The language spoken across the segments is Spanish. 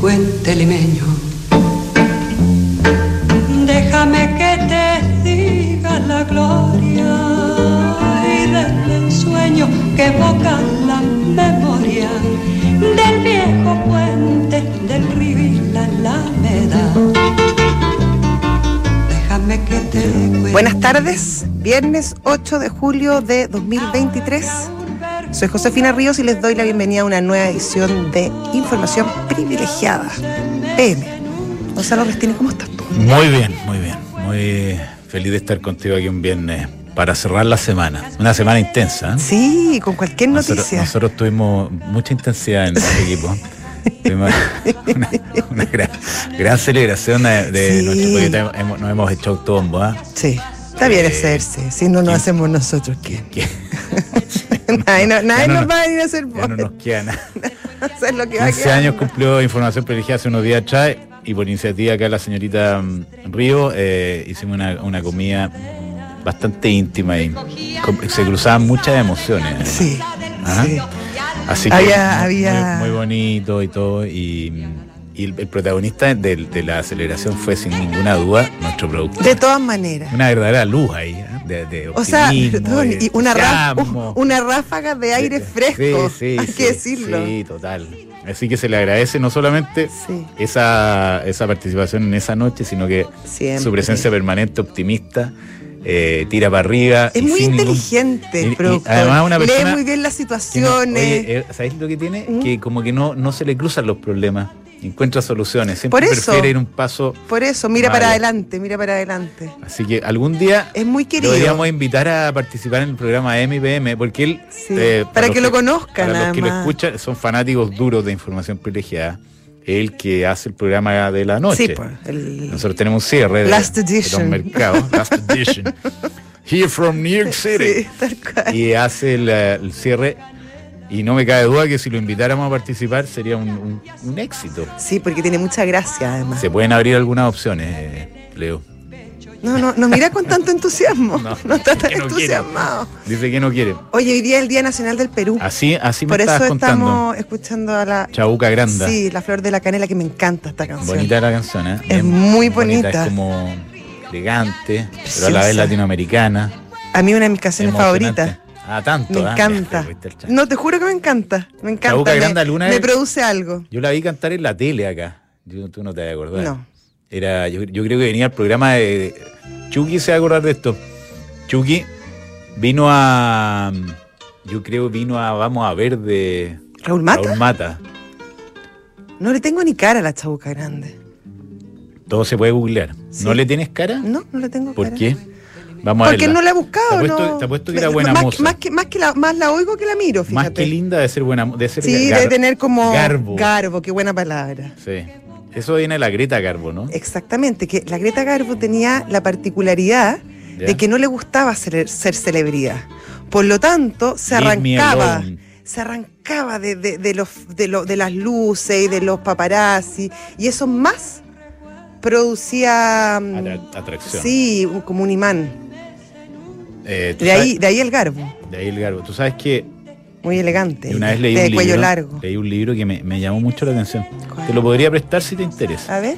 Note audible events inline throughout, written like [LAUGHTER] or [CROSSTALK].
cuente limeño. Déjame que te diga la gloria y del ensueño que evoca la memoria del viejo puente del río y la alameda. Déjame que te cuente. Buenas tardes, viernes 8 de julio de 2023. Soy Josefina Ríos y les doy la bienvenida a una nueva edición de Información Privilegiada, PM. Gonzalo Restini, ¿cómo estás tú? Muy bien, muy bien. Muy feliz de estar contigo aquí un viernes para cerrar la semana. Una semana intensa. ¿eh? Sí, con cualquier Nosotros- noticia. Nosotros tuvimos mucha intensidad en nuestro equipo. Tuvimos [LAUGHS] una, una gran, gran celebración de, de Sí. nuestro proyecto. Hemos- Nos hemos hecho autobombo. ¿ah? Sí, está bien Eh, hacerse. Si no lo ¿quién? hacemos nosotros, ¿quién? Que [LAUGHS] nadie no- nadie no nos nos- va a ir a hacer ya no nos voz. queda nada. Hacer lo que va [LAUGHS] a 15 quedar. años cumplió información privilegiada hace unos días atrás y por iniciativa acá de la señorita mm, Río eh, hicimos una, una comida bastante íntima y com- se cruzaban muchas emociones. Sí, Ajá. sí. Así que Había- muy- había- Muy, bonito y todo. Y, y el, el protagonista de, de la aceleración fue sin ninguna duda nuestro productor. De todas maneras. Una verdadera luz ahí, ¿eh? de, de O sea, optimismo, perdón, de [LAUGHS] y una, ra- entusiasmo. una ráfaga de aire Sí, fresco, sí, [LAUGHS] hay sí, que decirlo. Sí, total. Así que se le agradece no solamente Sí. esa, esa participación en esa noche, sino que Siempre. su presencia permanente, optimista, eh, tira para arriba. Es y muy sin ningún- inteligente y- el y productor. además una Lee persona muy bien las que no- situaciones. oye, eh, ¿sabéis lo que tiene? ¿Mm? Que como que no, no se le cruzan los problemas, encuentra soluciones. Siempre Por eso. prefiere ir un paso. Por eso, mira para Vale. adelante, mira para adelante. Así que algún día Es muy lo querido. deberíamos invitar a participar en el programa MIPM, porque él. Sí, eh, para los que lo conozcan, Para los que lo además. escuchan, son fanáticos duros de información privilegiada. El que hace el programa de la noche. Sí, pues, el- Nosotros tenemos un cierre de, Last de los edition. mercados. Last [LAUGHS] edition. Here from New York City. sí, tal cual. Y hace el, eh, el cierre. Y no me cabe duda que si lo invitáramos a participar sería un, un- un éxito. Sí, porque tiene mucha gracia además. Se pueden abrir algunas opciones, eh, Leo. No, no, no mira con tanto entusiasmo. [LAUGHS] No, No, está tan que no quiere. entusiasmado. Dice que no quiere. Oye, hoy día es el Día Nacional del Perú. Así, así me Por eso estabas contando. estamos escuchando a la Chabuca Granda. Sí, la flor de la canela que me encanta esta canción. Bonita la canción, ¿eh? Bien muy bonita. Es como elegante, pero a la Preciosa. vez latinoamericana. A mí una de mis canciones emocionante. favoritas. Ah, tanto. Me ah, encanta. ya, fuiste al chancho. No, te juro que me encanta. Me encanta. Chabuca me, Granda alguna me vez- produce algo. Yo la vi cantar en la tele acá. Yo- tú no te vas a acordar. No. Era, yo, yo creo que venía el programa de. Chucky se va a acordar de esto. Chucky vino a. Yo creo vino a Vamos a ver de. ¿Raúl Mata? Raúl Mata. No le tengo ni cara a la chabuca grande. Todo se puede googlear. Sí. ¿No le tienes cara? No, no le tengo ¿Por cara. qué? Vamos a Porque verla. no la he Te buscado, apuesto- ¿no? te apuesto que Me- era buena más, moza. más que, más, que la, más la oigo que la miro, fíjate. Más que linda de ser buena, de ser Sí, gar- de tener como garbo. qué buena palabra. Sí. Eso viene de la Greta Garbo, ¿no? Exactamente, que la Greta Garbo tenía la particularidad Ya. de que no le gustaba ser, ser celebridad. Por lo tanto, se Leave me arrancaba, alone. se arrancaba de, de- de los, de, lo- de las luces y de los paparazzi, y eso más producía, mm, Atra- atracción. sí, un- como un imán. Eh, ¿tú De sabes- ahí, de ahí el Garbo, de ahí el Garbo. Tú sabes que muy elegante, Y una vez leí de un cuello libro, largo. leí un libro que me, me llamó mucho la atención. ¿Cuál? Ah. Te lo podría prestar si te interesa. A ver,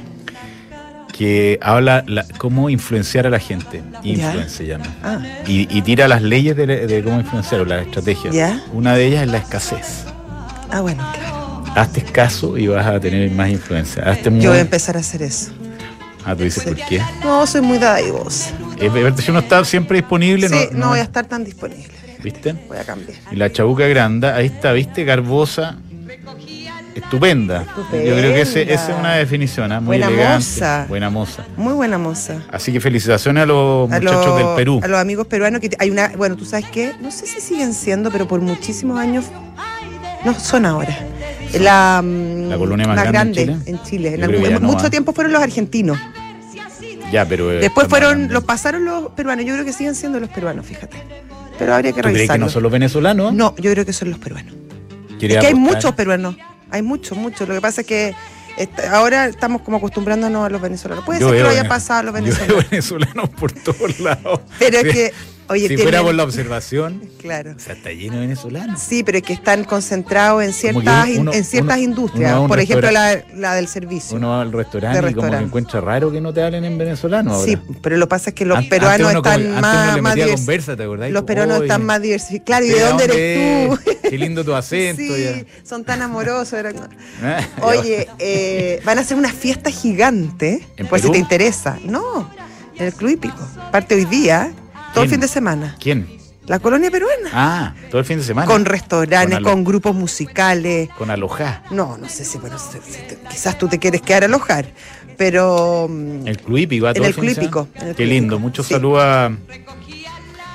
Que habla la- cómo influenciar a la gente. Influence se llama. ah, Y, y tira las leyes de, de cómo influenciar o las estrategias. Ya. Una de ellas es la escasez. ah, bueno, claro. Hazte escaso y vas a tener más influencia. Hazte muy... Yo voy a empezar a hacer eso. Ah, tú dices, Sí. ¿por qué? No, soy muy dadivosa. Es verdad, Si uno está siempre disponible, Sí, no, no voy a estar tan disponible. ¿Viste? Voy a cambiar. Y la chabuca granda, ahí está, viste, garbosa, estupenda. Yo creo que ese- esa es una definición, ¿ah? muy Buena elegante. moza. Buena moza. Muy buena moza. Así que felicitaciones a los A muchachos los- del Perú. A los amigos peruanos que hay una. Bueno, tú sabes qué, no sé si siguen siendo, pero por muchísimos años. No, son ahora. La, mm, La colonia más grande en Chile. en Chile. En Yo creo algún- que ya no, mucho ¿ah? tiempo fueron los argentinos. Ya, pero. eh, Después estamos fueron, hablando- los pasaron los peruanos. Yo creo que siguen siendo los peruanos, fíjate. Pero habría que ¿Tú crees que revisarlo. no son los venezolanos? No, yo creo que son los peruanos. Quería es que hay apostar. muchos peruanos. Hay muchos, muchos. Lo que pasa es que est- ahora estamos como acostumbrándonos a los venezolanos. Puede [LAUGHS] Yo ser que veo lo haya vene- pasado a los yo venezolanos. veo venezolanos por todos lados. [LAUGHS] Pero Sí. es que Oye, si tienen- fuera por la observación, Claro. o sea, está lleno de venezolanos. Sí, pero es que están concentrados en Como que ciertas, in- uno- en ciertas uno- industrias. uno va a un Por ejemplo, la, la del servicio. Uno va al restaurante De y como que restaurante. encuentra raro que no te hablen en venezolano ahora. Sí, pero lo que pasa es que los An- peruanos antes uno como- están antes más, uno le más metía divers- conversa, ¿te acordás? Los peruanos Oye, están más diversificados. Claro, ¿y ¿usted de dónde eres [LAUGHS] tú? [LAUGHS] es? Qué lindo tu acento. sí, ya. son tan amorosos. era- Ah, [LAUGHS] ya. Oye, eh, van a hacer una fiesta gigante, ¿En por si Perú? te interesa. No, en el Club Hípico. Parte hoy día, todo el fin ¿Quién? de semana. ¿Quién? La colonia peruana. Ah, todo el fin de semana. con restaurantes, Con con, alo- grupos musicales. Con alojá. No, no sé si, bueno, si- si te- quizás tú te quieres quedar a alojar, pero... mm, El Club Hípico, ¿va En todo el fin de Club Hípico, semana? en el Qué Club lindo. Hípico, Muchos sí. saludos a,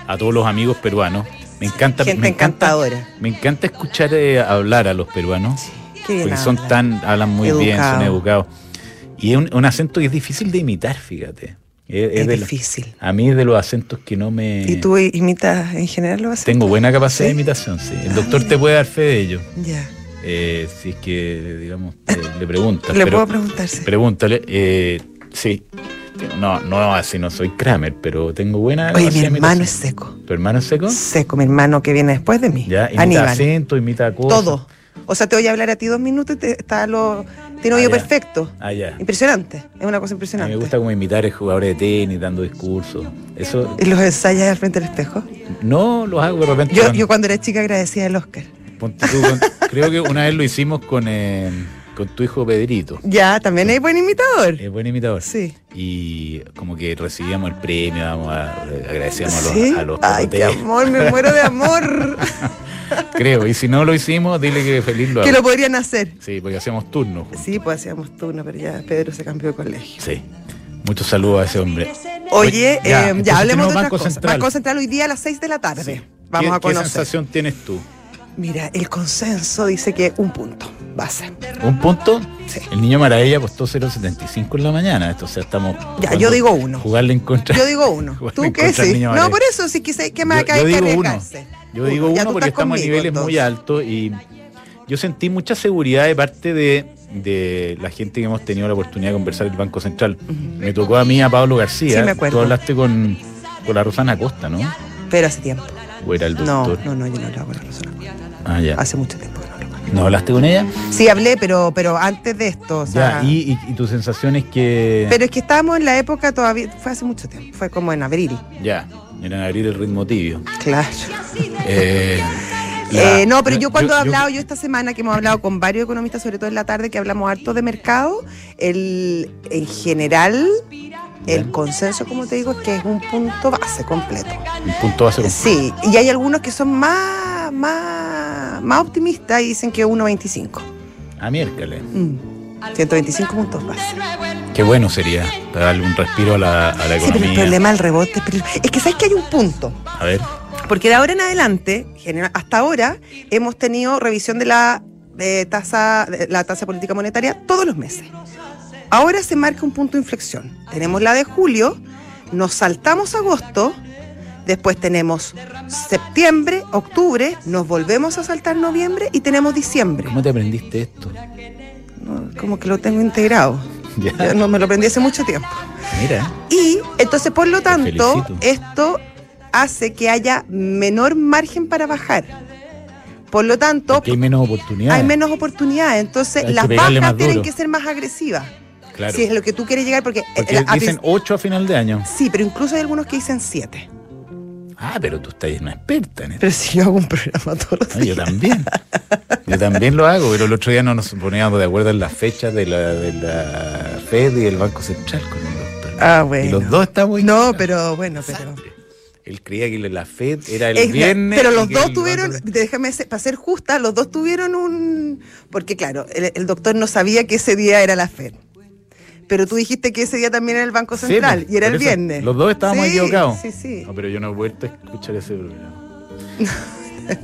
a todos los amigos peruanos. Me encanta. Gente me encanta- encantadora. me encanta escuchar eh, hablar a los peruanos. qué bien porque son hablan. tan. Hablan muy bien, son Educado. educados. Y es un, un acento que es difícil de imitar, fíjate. Es, es Es de los- difícil. a mí es de los acentos que no me. ¿Y tú imitas en general lo haces? Tengo buena capacidad de ¿Sí? imitación, sí. El Ah, doctor te mira. puede dar fe de ello. Ya. Eh, si es que, digamos, te- le [LAUGHS] preguntas. Le pero- puedo preguntarse. Pregúntale, eh, sí. No, no, así no soy Kramer, pero tengo buena. Oye, mi capacidad de hermano es imitación. seco. ¿Tu hermano es seco? Seco, mi hermano que viene después de mí. Ya, imita Aníbal. acento, imita cosas. Todo. O sea, te voy a hablar a ti dos minutos y te, está lo, tiene Ah, oído ya. perfecto. Ah, ya. Impresionante. Es una cosa A mí impresionante. me gusta como imitar a jugadores de tenis, dando discursos. Eso ¿Y los ensayas al frente del espejo? no los hago de repente. Yo, cuando- yo cuando era chica agradecía el Oscar. ponte tú con- creo que una vez lo hicimos con, eh, con tu hijo Pedrito. Ya, también es buen imitador. Es buen imitador. Sí. Y como que recibíamos el premio, vamos a- agradecíamos a los, ¿Sí? a los Ay, qué peloteros. amor, me muero de [LAUGHS] amor. Creo. Y si no lo hicimos, dile que feliz lo que hago. lo podrían hacer. Sí, porque hacemos turnos. juntos. Sí, pues hacíamos turno, pero ya Pedro se cambió de colegio. Sí. Muchos saludos a ese hombre. Oye, ya, ya, entonces ya hablemos de tenemos otras Banco cosas. Central. Banco Central hoy día a las 6 de la tarde. Sí. Vamos ¿Qué- a conocer. ¿Qué sensación tienes tú? Mira, el consenso dice que un punto va a ser. ¿Un punto? Sí. El niño Maravilla apostó 0.75 en la mañana. Esto, o sea, estamos. Ya, jugando- yo digo uno. Jugarle en contra. Yo digo uno. [LAUGHS] Bueno, ¿Tú qué encontrar sí? niños No, alegres. por eso, sí, quizá que más Yo- yo acá hay que digo uno. arriesgarse. Yo digo Ya uno tú porque estás estamos a conmigo, niveles muy entonces. altos y yo sentí mucha seguridad de parte de, de la gente que hemos tenido la oportunidad de conversar en el Banco Central. Me tocó a mí, a Pablo García. Sí, me acuerdo. Tú hablaste con, con la Rosana Acosta, ¿no? Pero hace tiempo. O era el No, doctor. no, no, yo no lo hago la persona. Ah, ya. Hace mucho tiempo que no lo hago. ¿No hablaste con ella? Sí, hablé, pero, pero antes de esto. O sea, ya, y, y- y tu sensación es que. Pero es que estábamos en la época todavía, fue hace mucho tiempo, fue como en abril. Ya, eran abrir el ritmo tibio. Claro. Eh, la- Eh, no, pero yo cuando he hablado, yo, esta semana que hemos hablado con varios economistas, sobre todo en la tarde, que hablamos harto de mercado, el, en general, Bien. el consenso, como te digo, es que es un punto base completo. Un punto va a ser un- Sí, y hay algunos que son más, más, más optimistas y dicen que 1.25. A Ah, miércoles. Mm, 125 puntos base. Qué bueno sería para darle un respiro a la, a la Sí, pero el economía. problema del rebote pero- es que sabes que hay un punto. a ver, Porque de ahora en adelante, genera- hasta ahora, hemos tenido revisión de la eh, tasa de la tasa de política monetaria todos los meses. Ahora se marca un punto de inflexión. Tenemos la de julio, nos saltamos agosto, después tenemos septiembre, octubre, nos volvemos a saltar noviembre y tenemos diciembre. ¿cómo te aprendiste esto? No, como que lo tengo integrado. Ya, Yo no me lo aprendí hace mucho tiempo. mira. Y entonces, por lo tanto, felicito. esto hace que haya menor margen para bajar. Por lo tanto, Aquí hay menos oportunidades. hay menos oportunidades. Entonces, Hay que las pegarle bajas más tienen duro. que ser más agresivas. Claro. Si es lo que tú quieres llegar, porque, eh, porque la- a dicen prin- 8 a final de año. sí, pero incluso hay algunos que dicen siete. Ah, pero tú estás una experta en esto. Pero si yo hago un programa todos los No, Ah, yo días. también. Yo también lo hago, pero el otro día no nos poníamos de acuerdo en las fechas de la, de la Fed y el Banco Central con el doctor. Ah, bueno. Y los dos estamos No, pero bueno, pero. Desastre. Él creía que la Fed era el Es la- viernes. pero y los que dos el tuvieron, banco- déjame ser- para ser justa, los dos tuvieron un. Porque, claro, el, el doctor no sabía que ese día era la FED. Pero tú dijiste que ese día también era el Banco Sí, Central pues, y era por el eso viernes. Los dos estábamos Sí, equivocados. Sí, sí. [LAUGHS] No, pero yo no he vuelto a escuchar ese programa.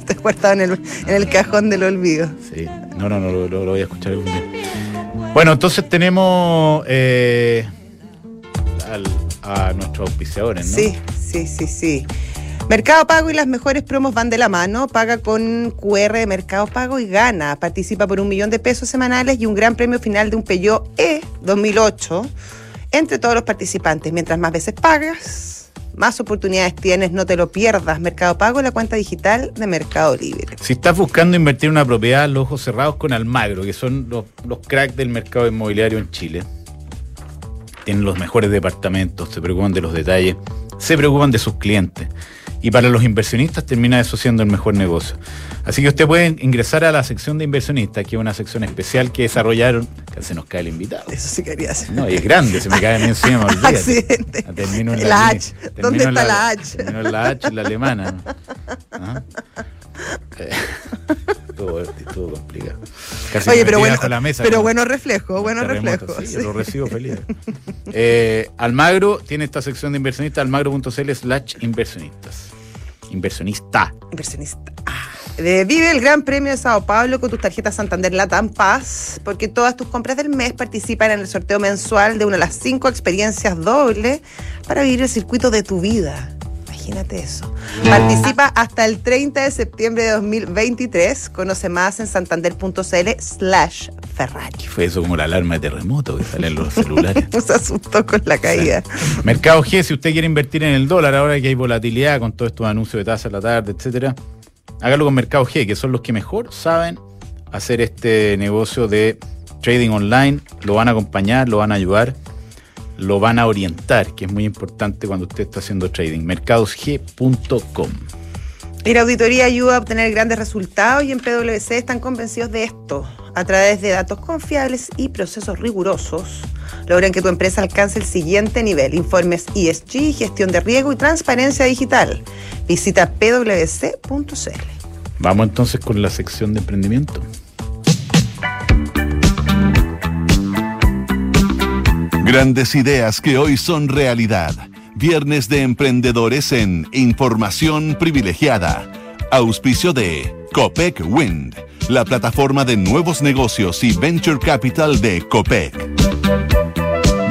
Te guardaba en el, en el cajón del olvido. Sí. No, no, no, lo, lo- lo voy a escuchar algún día. Bueno, entonces tenemos eh, al- a nuestros auspiciadores, ¿no? Sí, sí, sí, sí. Mercado Pago y las mejores promos van de la mano. Paga con QR de Mercado Pago y gana. Participa por un millón de pesos semanales y un gran premio final de un Peugeot E 2008 entre todos los participantes. Mientras más veces pagas, Más oportunidades tienes, no te lo pierdas. Mercado Pago, la cuenta digital de Mercado Libre. Si estás buscando invertir en una propiedad, los ojos cerrados con Almagro, que son los, los cracks del mercado inmobiliario en Chile. Tienen los mejores departamentos, se preocupan de los detalles, se preocupan de sus clientes. Y para los inversionistas termina eso siendo el mejor negocio. Así que usted puede ingresar a la sección de inversionistas, que es una sección especial que desarrollaron. que Se nos cae el invitado. Eso sí quería hacer. No, y es grande, se me cae a mí encima. olvídate. [LAUGHS] Accidente. Termino en Este, La la, H. termino ¿Dónde en está la H? Termino en la H, la [LAUGHS] alemana. ¿no? Ajá. Eh, estuvo, estuvo complicado. Casi Oye, me pero metí bueno, bajo la mesa, pero ¿no? buenos reflejos, buenos Terremoto, reflejos. Sí, [LAUGHS] yo lo recibo feliz. Eh, Almagro tiene esta sección de inversionistas, almagro.cl slash inversionistas. Inversionista. Inversionista. Ah. Eh, Vive el Gran Premio de Sao Paulo con tus tarjetas Santander Latam Paz, porque todas tus compras del mes participan en el sorteo mensual de una de las cinco experiencias dobles para vivir el circuito de tu vida. Imagínate eso. Participa hasta el 30 de septiembre de 2023. Conoce más en santander.cl slash Ferrari. [LAUGHS] ¿Qué fue eso como la alarma de terremoto que sale en los celulares? Se asustó con la caída. [LAUGHS] Mercado G, si usted quiere invertir en el dólar ahora que hay volatilidad con todos estos anuncios de tasas en la tarde, etcétera, hágalo con Mercado G, que son los que mejor saben hacer este negocio de trading online. Lo van a acompañar, lo van a ayudar, lo van a orientar, que es muy importante cuando usted está haciendo trading. Mercadosg.com. Ir a auditoría ayuda a obtener grandes resultados y en PwC están convencidos de esto. A través de datos confiables y procesos rigurosos, logran que tu empresa alcance el siguiente nivel. Informes ESG, gestión de riesgo y transparencia digital. Visita pwc.cl. Eh, Vamos entonces con la sección de emprendimiento. Grandes ideas que hoy son realidad. Viernes de emprendedores en Información Privilegiada. Auspicio de Copec Wind, la plataforma de nuevos negocios y venture capital de Copec.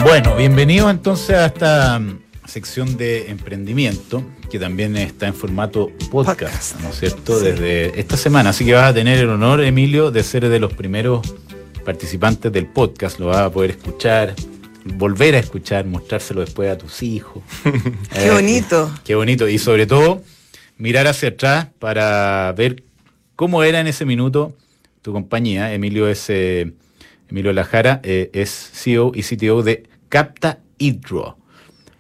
Bueno, bienvenido entonces a esta mm, sección de emprendimiento, que también está en formato podcast, Podcast. ¿no es cierto? Sí. Desde esta semana. Así que vas a tener el honor, Emilio, de ser de los primeros participantes del podcast. Lo vas a poder escuchar, volver a escuchar, mostrárselo después a tus hijos. [LAUGHS] Eh, Qué bonito. Qué bonito. Y sobre todo, mirar hacia atrás para ver cómo era en ese minuto tu compañía. Emilio es eh, Emilio Lajara eh, es CEO y CTO de Capta Hydro.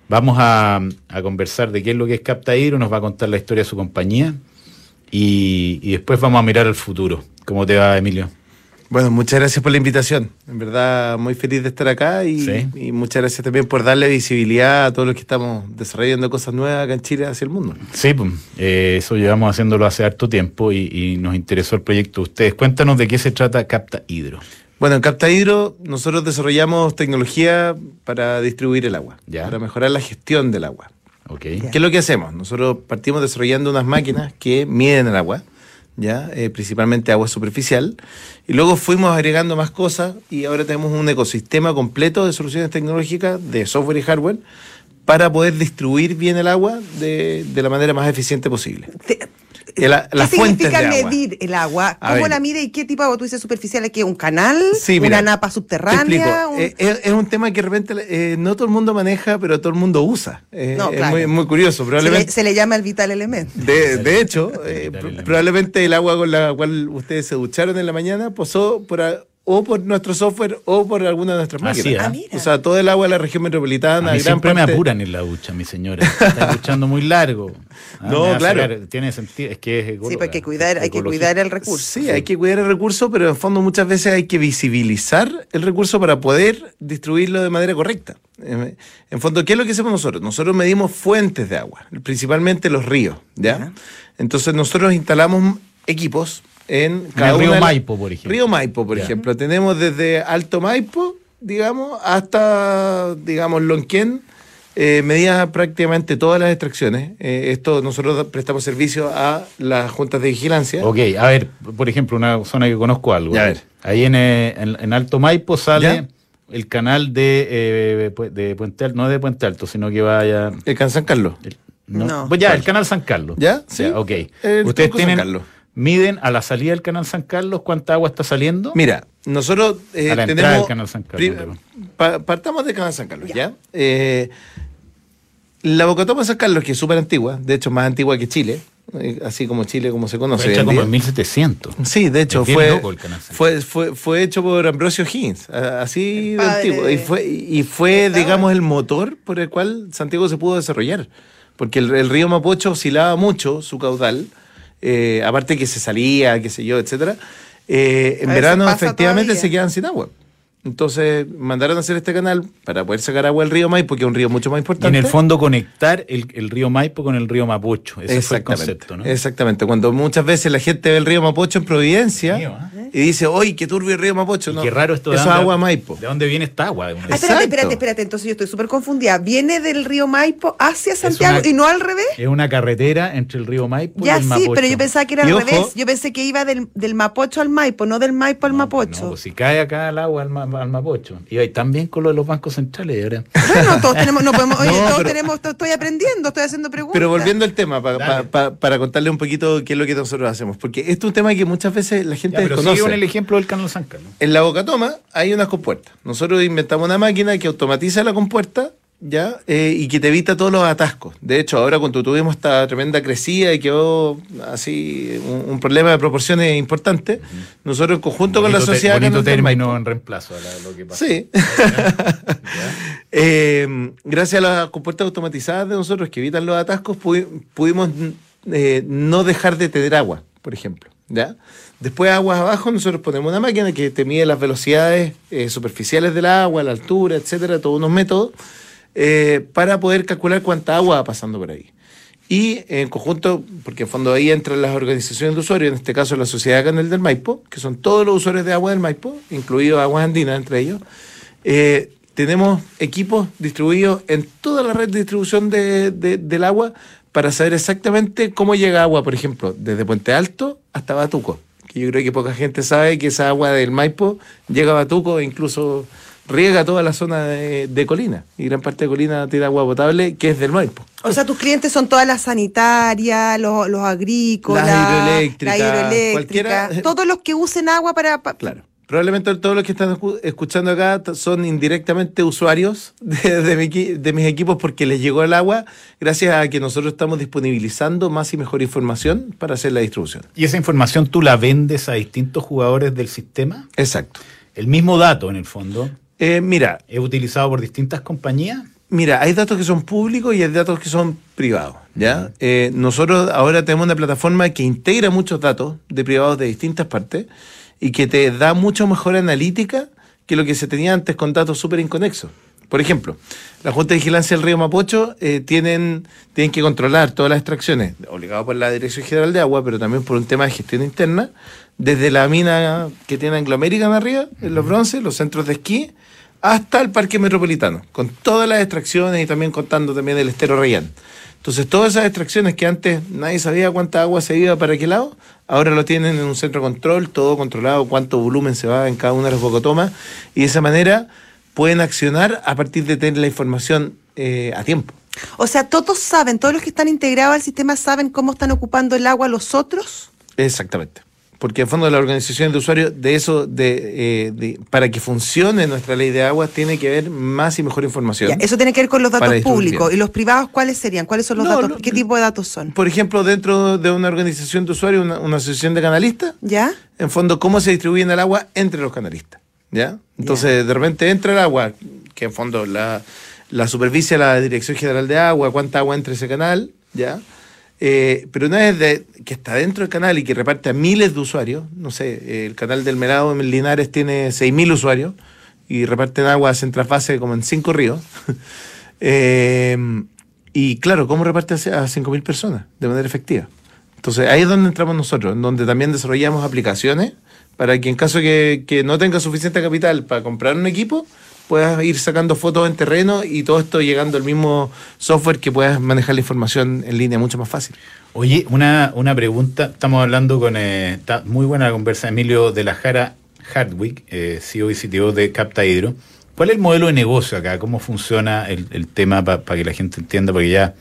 Vamos a, a conversar de qué es lo que es Capta Hydro, nos va a contar la historia de su compañía y, y después vamos a mirar al futuro. ¿Cómo te va, Emilio? Bueno, muchas gracias por la invitación. En verdad, muy feliz de estar acá y, Sí. y muchas gracias también por darle visibilidad a todos los que estamos desarrollando cosas nuevas acá en Chile hacia el mundo. Sí, pum, eh, eso llevamos haciéndolo hace harto tiempo y, y nos interesó el proyecto de ustedes. Cuéntanos de qué se trata Capta Hydro. Bueno, en Capta Hidro nosotros desarrollamos tecnología para distribuir el agua, Ya. para mejorar la gestión del agua. ¿ok? ¿Qué es lo que hacemos? Nosotros partimos desarrollando unas máquinas que miden el agua, ya Eh, principalmente agua superficial, y luego fuimos agregando más cosas y ahora tenemos un ecosistema completo de soluciones tecnológicas de software y hardware para poder distribuir bien el agua de, de la manera más eficiente posible. Te- El- la- ¿Qué las fuentes significa de agua. medir el agua? A ¿Cómo ver. la mide y qué tipo de agua tú dices superficial? ¿Qué? ¿Un canal? Sí, mira, ¿Una napa Te subterránea? explico. Un- Eh, Es, es un tema que de repente eh, no todo el mundo maneja, pero todo el mundo usa. Eh, No, es claro. muy, muy curioso. se, Probablemente le, se le llama el vital elemento. De, de hecho, [LAUGHS] eh, Vital pr- Elements. probablemente el agua con la cual ustedes se ducharon en la mañana posó por a- o por nuestro software o por alguna de nuestras Así máquinas. es. Ah, mira. O sea, todo el agua de la región metropolitana, A mí gran siempre me parte- apuran en la ducha, mi señora. Está duchando muy largo. [LAUGHS] Ah, No, me va a claro. sacar- tiene sentido. Es que es Sí, ecóloga, porque hay que cuidar, hay que ecologista. cuidar el recurso. Sí, hay que cuidar el recurso, pero en fondo muchas veces hay que visibilizar el recurso para poder distribuirlo de manera correcta. Eh, En fondo, ¿qué es lo que hacemos nosotros? Nosotros medimos fuentes de agua, principalmente los ríos, ¿ya? Ya. Entonces nosotros instalamos equipos en cada el una río de la- Maipo, por ejemplo. Río Maipo, por Ya. ejemplo. Tenemos desde Alto Maipo, digamos, hasta, digamos, Lonquén. Eh, medidas prácticamente todas las extracciones. Eh, esto nosotros prestamos servicio a las juntas de vigilancia. Ok, a ver, por ejemplo, una zona que conozco algo. Ya, a ver. Ahí en, eh, en- en Alto Maipo sale Ya. el canal de, eh, pu- de Puente Alto, no de Puente Alto, sino que vaya. El Eh, Can San Carlos. el- no. No. Pues ya, el canal San Carlos. ¿Ya? Sí. ok. El Ustedes Tunco San tienen. Carlos. Miden a la salida del canal San Carlos cuánta agua está saliendo. Mira, nosotros eh, A la entrada tenemos. del Canal San Carlos, pri- pa- partamos de Canal San Carlos, ¿ya? Eh, La Bocatoma de San Carlos, que es súper antigua, de hecho más antigua que Chile, eh, así como Chile como se conoce. Fue hoy Pues hecha en como día. en 1700. Sí, de hecho, Es bien fue, loco el canal San fue, fue, fue hecho por Ambrosio Higgins, a- El así de padre antiguo. de- Y fue, y fue Estaba- digamos, el motor por el cual Santiago se pudo desarrollar. Porque el, el río Mapocho oscilaba mucho su caudal, eh, aparte que se salía, qué sé yo, etcétera. Eh, en A veces verano, pasa efectivamente, todavía. se quedan sin agua. Entonces mandaron a hacer este canal para poder sacar agua al río Maipo, que es un río mucho más Y importante. en el fondo conectar el, el río Maipo con el río Mapocho. Ese fue el concepto, ¿no? Exactamente. Cuando muchas veces la gente ve el río Mapocho en Providencia Mío, ¿eh? y dice, ¡oy, qué turbio el río Mapocho! Y No, qué raro esto de Eso es dónde- agua Maipo. ¿De dónde viene esta agua? Ah, espérate, Exacto. espérate, espérate. Entonces yo estoy súper confundida. Viene del río Maipo hacia Santiago una- y no al revés. Es una carretera entre el río Maipo y Ya el sí, Mapocho. pero yo pensaba que era al Y ojo- revés. Yo pensé que iba del, del Mapocho al Maipo, no del Maipo al No, Mapocho. no, pues si cae acá al agua, al, ma- al Mapocho. Y ahí también con lo de los bancos centrales. y Ahora. Bueno, todos tenemos, no [LAUGHS] podemos, oye, No, todos pero- tenemos, to- estoy aprendiendo, estoy haciendo preguntas. Pero volviendo al tema, pa- pa- Dale. pa- para contarle un poquito qué es lo que nosotros hacemos. Porque este es un tema que muchas veces la gente Ya, pero desconoce. sigue con el ejemplo del canal San Carlos. En la boca toma hay unas compuertas. Nosotros inventamos una máquina que automatiza la compuerta ya Eh, y que te evita todos los atascos. De hecho, ahora cuando tuvimos esta tremenda crecida y quedó así un, un problema de proporciones importante, nosotros en conjunto con la Bonito te- sociedad... que bonito nos atiende- término en reemplazo a la- lo que pasa. Sí. [LAUGHS] Eh, gracias a las compuertas automatizadas de nosotros que evitan los atascos, pudi- pudimos eh, no dejar de tener agua, por ejemplo. ¿ya? Después, aguas abajo, nosotros ponemos una máquina que te mide las velocidades eh, superficiales del agua, la altura, etcétera, todos unos métodos eh, para poder calcular cuánta agua va pasando por ahí. Y en conjunto, porque en fondo ahí entran las organizaciones de usuarios, en este caso la Sociedad Canal del Maipo, que son todos los usuarios de agua del Maipo, incluidos aguas andinas entre ellos, eh, tenemos equipos distribuidos en toda la red de distribución de- de- del agua para saber exactamente cómo llega agua, por ejemplo, desde Puente Alto hasta Batuco. Que yo creo que poca gente sabe que esa agua del Maipo llega a Batuco e incluso riega toda la zona de, de Colina. Y gran parte de Colina tiene agua potable que es del Maipo. O sea, tus clientes son todas las sanitarias, los, los agrícolas, Las hidroeléctricas, la hidroeléctrica, cualquiera- eh. todos los que usen agua para... pa- Claro. Probablemente todos los que están escu- escuchando acá t- son indirectamente usuarios [LAUGHS] de, de mi equi- de mis equipos porque les llegó el agua gracias a que nosotros estamos disponibilizando más y mejor información para hacer la distribución. ¿Y esa información tú la vendes a distintos jugadores del sistema? Exacto. El mismo dato, en el fondo, Eh, mira, es utilizado por distintas compañías. Mira, hay datos que son públicos y hay datos que son privados. ¿ya? Eh, nosotros ahora tenemos una plataforma que integra muchos datos de privados de distintas partes y que te da mucho mejor analítica que lo que se tenía antes con datos súper inconexos. Por ejemplo, la Junta de Vigilancia del Río Mapocho eh, tienen, tienen que controlar todas las extracciones, obligado por la Dirección General de Agua, pero también por un tema de gestión interna, desde la mina que tiene Anglo American arriba, en los bronces, los centros de esquí, hasta el Parque Metropolitano, con todas las extracciones y también contando también el Estero Rayán. Entonces, todas esas extracciones que antes nadie sabía cuánta agua se iba para qué lado, ahora lo tienen en un centro de control, todo controlado, cuánto volumen se va en cada una de las bocotomas, y de esa manera pueden accionar a partir de tener la información eh, a tiempo. O sea, todos saben, todos los que están integrados al sistema saben cómo están ocupando el agua los otros. Exactamente. Porque en fondo las organizaciones de usuarios, de eso, de, eh, de- para que funcione nuestra ley de aguas, tiene que haber más y mejor información. Ya, eso tiene que ver con los Para datos distribuir públicos. ¿Y bien. los privados cuáles serían? ¿Cuáles son los No, datos? lo- ¿Qué tipo de datos son? Por ejemplo, dentro de una organización de usuarios, una, una asociación de canalistas, ¿Ya? en fondo, cómo se distribuyen el agua entre los canalistas. ¿Ya? Entonces, de repente entra el agua, que en fondo la, la superficie la Dirección General de Agua, cuánta agua entra ese canal, ¿ya? Eh, pero una vez de- que está dentro del canal y que reparte a miles de usuarios, no sé, eh, el canal del Merado en Linares tiene 6.000 usuarios y reparten agua, en trasvase como en cinco ríos. Eh, y claro, ¿cómo reparte a 5.000 personas de manera efectiva? Entonces ahí es donde entramos nosotros, en donde también desarrollamos aplicaciones para que en caso que, que no tengas suficiente capital para comprar un equipo, puedas ir sacando fotos en terreno y todo esto llegando al mismo software que puedas manejar la información en línea mucho más fácil. Oye, una, una pregunta. Estamos hablando con. eh, está muy buena la conversa. Emilio de la Jara Hardwick, eh, CEO y CTO de Capta Hidro. ¿Cuál es el modelo de negocio acá? ¿Cómo funciona el, el tema para que la gente entienda? Porque ya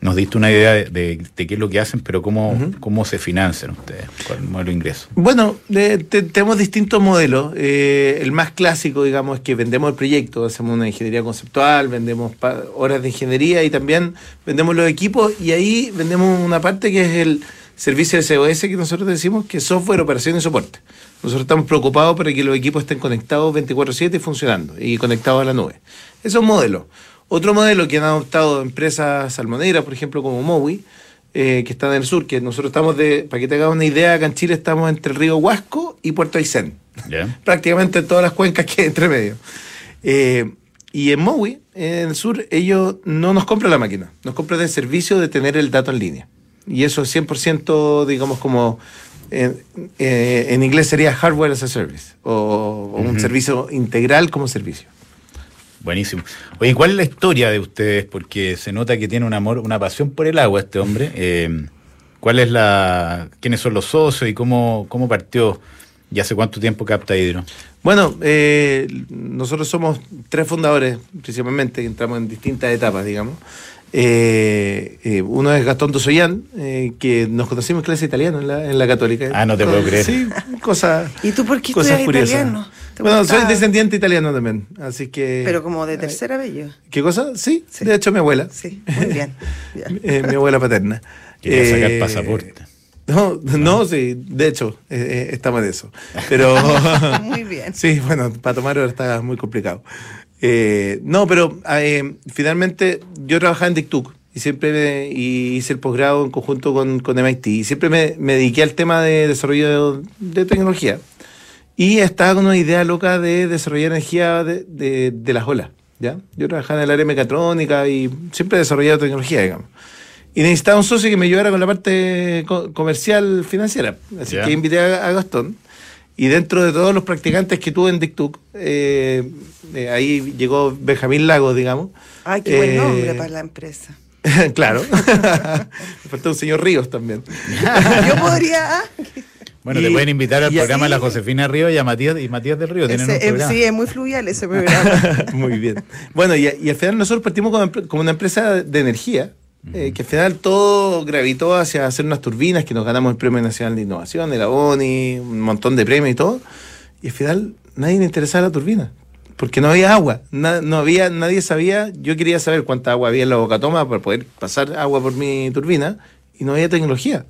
Nos diste una idea de, de- de qué es lo que hacen, pero cómo, cómo se financian ustedes, cuál es el modelo de ingreso. Bueno, eh, te- tenemos distintos modelos. Eh, el más clásico, digamos, es que vendemos el proyecto, hacemos una ingeniería conceptual, vendemos pa- horas de ingeniería y también vendemos los equipos y ahí vendemos una parte que es el servicio de SOS que nosotros decimos que es software, operación y soporte. Nosotros estamos preocupados para que los equipos estén conectados 24/7 y funcionando y conectados a la nube. Eso es un modelo. Otro modelo que han adoptado empresas salmoneras, por ejemplo, como Mowi, eh, que están en el sur, que nosotros estamos de, para que te hagas una idea, acá en Chile estamos entre el río Huasco y Puerto Aysén, [LAUGHS] ¿Ya? prácticamente todas las cuencas que hay entre medio. Eh, y en Maui, en el sur, ellos no nos compran la máquina, nos compran el servicio de tener el dato en línea. Y eso es 100%, digamos, como en, eh, en inglés sería hardware as a service, o, o un servicio integral como servicio. Buenísimo. Oye, ¿cuál es la historia de ustedes? Porque se nota que tiene un amor, una pasión por el agua este hombre. Eh, ¿Cuál es la, quiénes son los socios y cómo, cómo partió y hace cuánto tiempo capta hidro? Bueno, eh, nosotros somos tres fundadores, principalmente, que entramos en distintas etapas, digamos. Eh, eh, uno es Gastón Dosoyán, eh, que nos conocimos en clase de italiano en la, en la católica. Ah, no te puedo creer. Sí, cosa, ¿Y tú por qué cosas estudias curiosas. italiano? ¿Te Bueno, soy gustaba? descendiente italiano también, así que... Pero como de tercera. tercera bello. ¿Qué cosa? Sí, Sí. de hecho mi abuela. [LAUGHS] Sí, muy bien. Ya. Eh, mi abuela paterna. Quería sacar Eh, pasaporte. [LAUGHS] No, no, sí, de hecho, eh, eh, estamos en eso. Pero. [LAUGHS] Muy bien. [LAUGHS] Sí, bueno, para tomar ahora está muy complicado. Eh, no, pero eh, finalmente yo trabajaba en DicTuc y siempre me- y hice el posgrado en conjunto con, con MIT y siempre me, me dediqué al tema de desarrollo de tecnología. Y estaba con una idea loca de desarrollar energía de, de- de las olas. ¿ya? Yo trabajaba en el área mecatrónica y siempre he desarrollado tecnología, digamos. Y necesitaba un socio que me ayudara con la parte co- comercial financiera. Así Ya. que invité a, a Gastón. Y dentro de todos los practicantes que tuve en DicTuc, eh, eh, ahí llegó Benjamín Lagos, digamos. Ay, qué buen Eh, nombre para la empresa. [LAUGHS] [LAUGHS] claro. Me faltó un señor Ríos también. Yo [LAUGHS] podría. ah, Bueno, Y- te pueden invitar al y programa así- la Josefina Río y a Matías y Matías del Río. Tienen un ese- eh, programa. sí, es muy fluvial ese [LAUGHS] programa. [LAUGHS] Muy bien. Bueno, y, y al final nosotros partimos como, empre- como una empresa de energía, eh, que al final todo gravitó hacia hacer unas turbinas, que nos ganamos el Premio Nacional de Innovación, de la ONI, un montón de premios y todo. Y al final nadie le interesaba la turbina, porque no había agua, na- no había, nadie sabía, yo quería saber cuánta agua había en la bocatoma para poder pasar agua por mi turbina, y no había tecnología.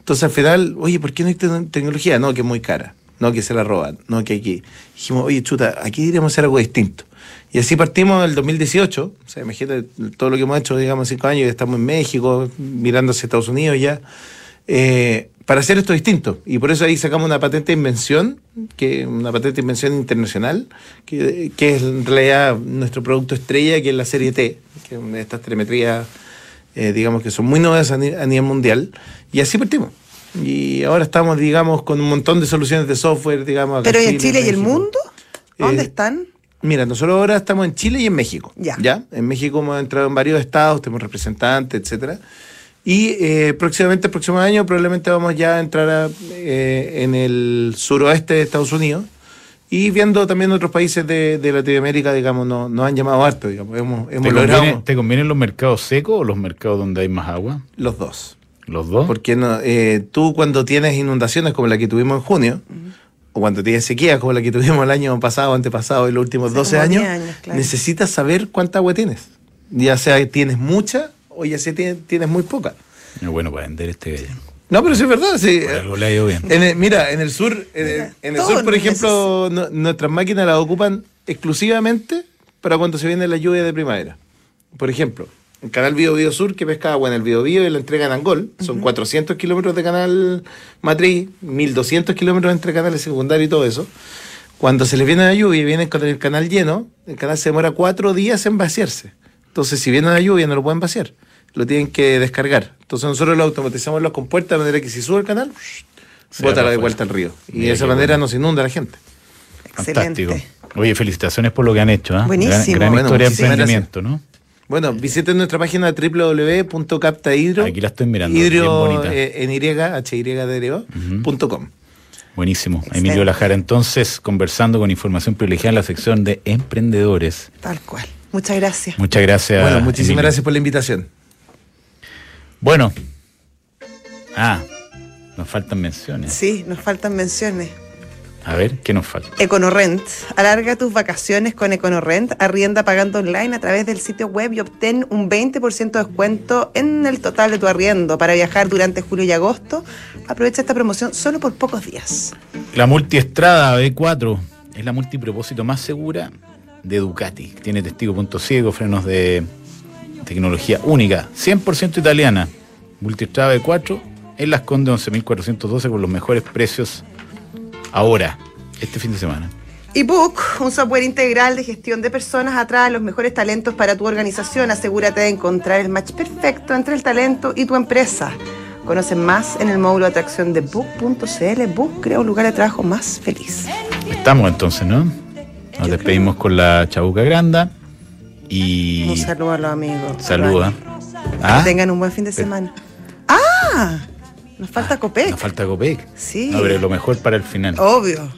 Entonces al final, oye, ¿por qué no hay te- tecnología? No, que es muy cara. No, que se la roban. No, que aquí. Dijimos, oye, chuta, aquí iremos a hacer algo distinto. Y así partimos en el 2018. O sea, imagínate todo lo que hemos hecho, digamos, en cinco años. y Estamos en México, mirando hacia Estados Unidos ya. eh, para hacer esto distinto. Y por eso ahí sacamos una patente de invención, que, una patente de invención internacional, que, que es en realidad nuestro producto estrella, que es la serie T, que es una de estas telemetrías eh, digamos que son muy nuevas a ni- a nivel, mundial, y así partimos. Y ahora estamos, digamos, con un montón de soluciones de software, digamos. acá Pero ¿y en Chile y el México. mundo? ¿A ¿Dónde Eh, están? Mira, nosotros ahora estamos en Chile y en México. Ya. En México hemos entrado en varios estados, tenemos representantes, etcétera. Y eh, próximamente, el próximo año, probablemente vamos ya a entrar a, eh, en el suroeste de Estados Unidos. Y viendo también otros países de, de Latinoamérica, digamos, no- nos han llamado harto, digamos. Hemos, ¿Te, hemos conviene- logrado te convienen los mercados secos o los mercados donde hay más agua? los dos. ¿Los dos? Porque no, eh, tú cuando tienes inundaciones como la que tuvimos en junio, o cuando tienes sequías como la que tuvimos el año pasado, antepasado, y los últimos Hace 12 como años, 10 años, claro. necesitas saber cuánta agua tienes. Ya sea tienes mucha o ya sea tienes, tienes muy poca. Eh, Bueno, para vender este gallo. No, pero sí es verdad. Sí. Por algo le ha ido bien. En el- mira, en el sur, en el, en el todo sur, por ejemplo, no- nuestras máquinas las ocupan exclusivamente para cuando se viene la lluvia de primavera. Por ejemplo, el canal Bio Bio Sur que pesca agua en el Bio Bio y la entrega en Angol. Son 400 kilómetros de canal matriz, 1200 kilómetros entre canales secundarios y todo eso. Cuando se les viene la lluvia y vienen con el canal lleno, el canal se demora cuatro días en vaciarse. Entonces, si viene la lluvia, no lo pueden vaciar. Lo tienen que descargar. Entonces, nosotros lo automatizamos en las compuertas de manera que si sube el canal, Se bota va de afuera. vuelta al río. Y Mira de esa qué manera bueno. nos inunda la gente. Excelente. Fantástico. Oye, felicitaciones por lo que han hecho. ¿ah? Buenísimo. Gran, gran Bueno, historia de muchísimas emprendimiento, Bueno, visiten nuestra página www.captahidro. Aquí la estoy mirando, Hidro bien bonita. eh, en y, H-Y-D-R-O, punto com. ¿no? Buenísimo. Excelente. Emilio Lajara, entonces, conversando con información privilegiada en la sección de emprendedores. Tal cual. Muchas gracias. Muchas gracias. Bueno, muchísimas Emilio. gracias por la invitación. Bueno. Ah, nos faltan menciones. Sí, nos faltan menciones. A ver, ¿qué nos falta? EconoRent. Alarga tus vacaciones con EconoRent. Arrienda pagando online a través del sitio web y obtén un 20% de descuento en el total de tu arriendo. Para viajar durante julio y agosto, aprovecha esta promoción solo por pocos días. La multiestrada B4 es la multipropósito más segura de Ducati. Tiene testigo punto ciego, frenos de tecnología única, 100% italiana. Multiestrada B4 en las Condes 11.412 con los mejores precios ahora, este fin de semana. ebook, un software integral de gestión de personas, atrae los mejores talentos para tu organización. Asegúrate de encontrar el match perfecto entre el talento y tu empresa. Conoce más en el módulo de atracción de book.cl. Book crea un lugar de trabajo más feliz. Estamos entonces, ¿no? Nos despedimos con la Chabuca Granda Un y saludo a los amigos. saluda. ¿Ah? Que tengan un buen fin de semana. ¡Ah! Nos falta Copec. Nos falta Copec. Sí. Oh. No, pero lo mejor para el final. Obvio.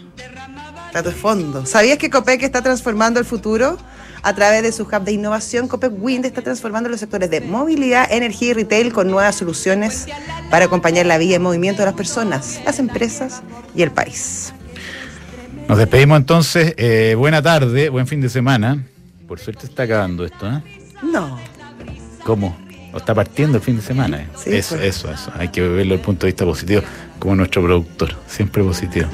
Plato de fondo. ¿Sabías que Copec está transformando el futuro? A través de su hub de innovación, Copec Wind está transformando los sectores de movilidad, energía y retail con nuevas soluciones para acompañar la vida en movimiento de las personas, las empresas y el país. Nos despedimos entonces. eh, buena tarde, buen fin de semana. Por suerte está acabando esto, ¿eh? No. ¿Cómo? O está partiendo el fin de semana. eh. Sí, eso, pues. [LAUGHS] eso, eso. Hay que verlo desde el punto de vista positivo, como nuestro productor. Siempre positivo.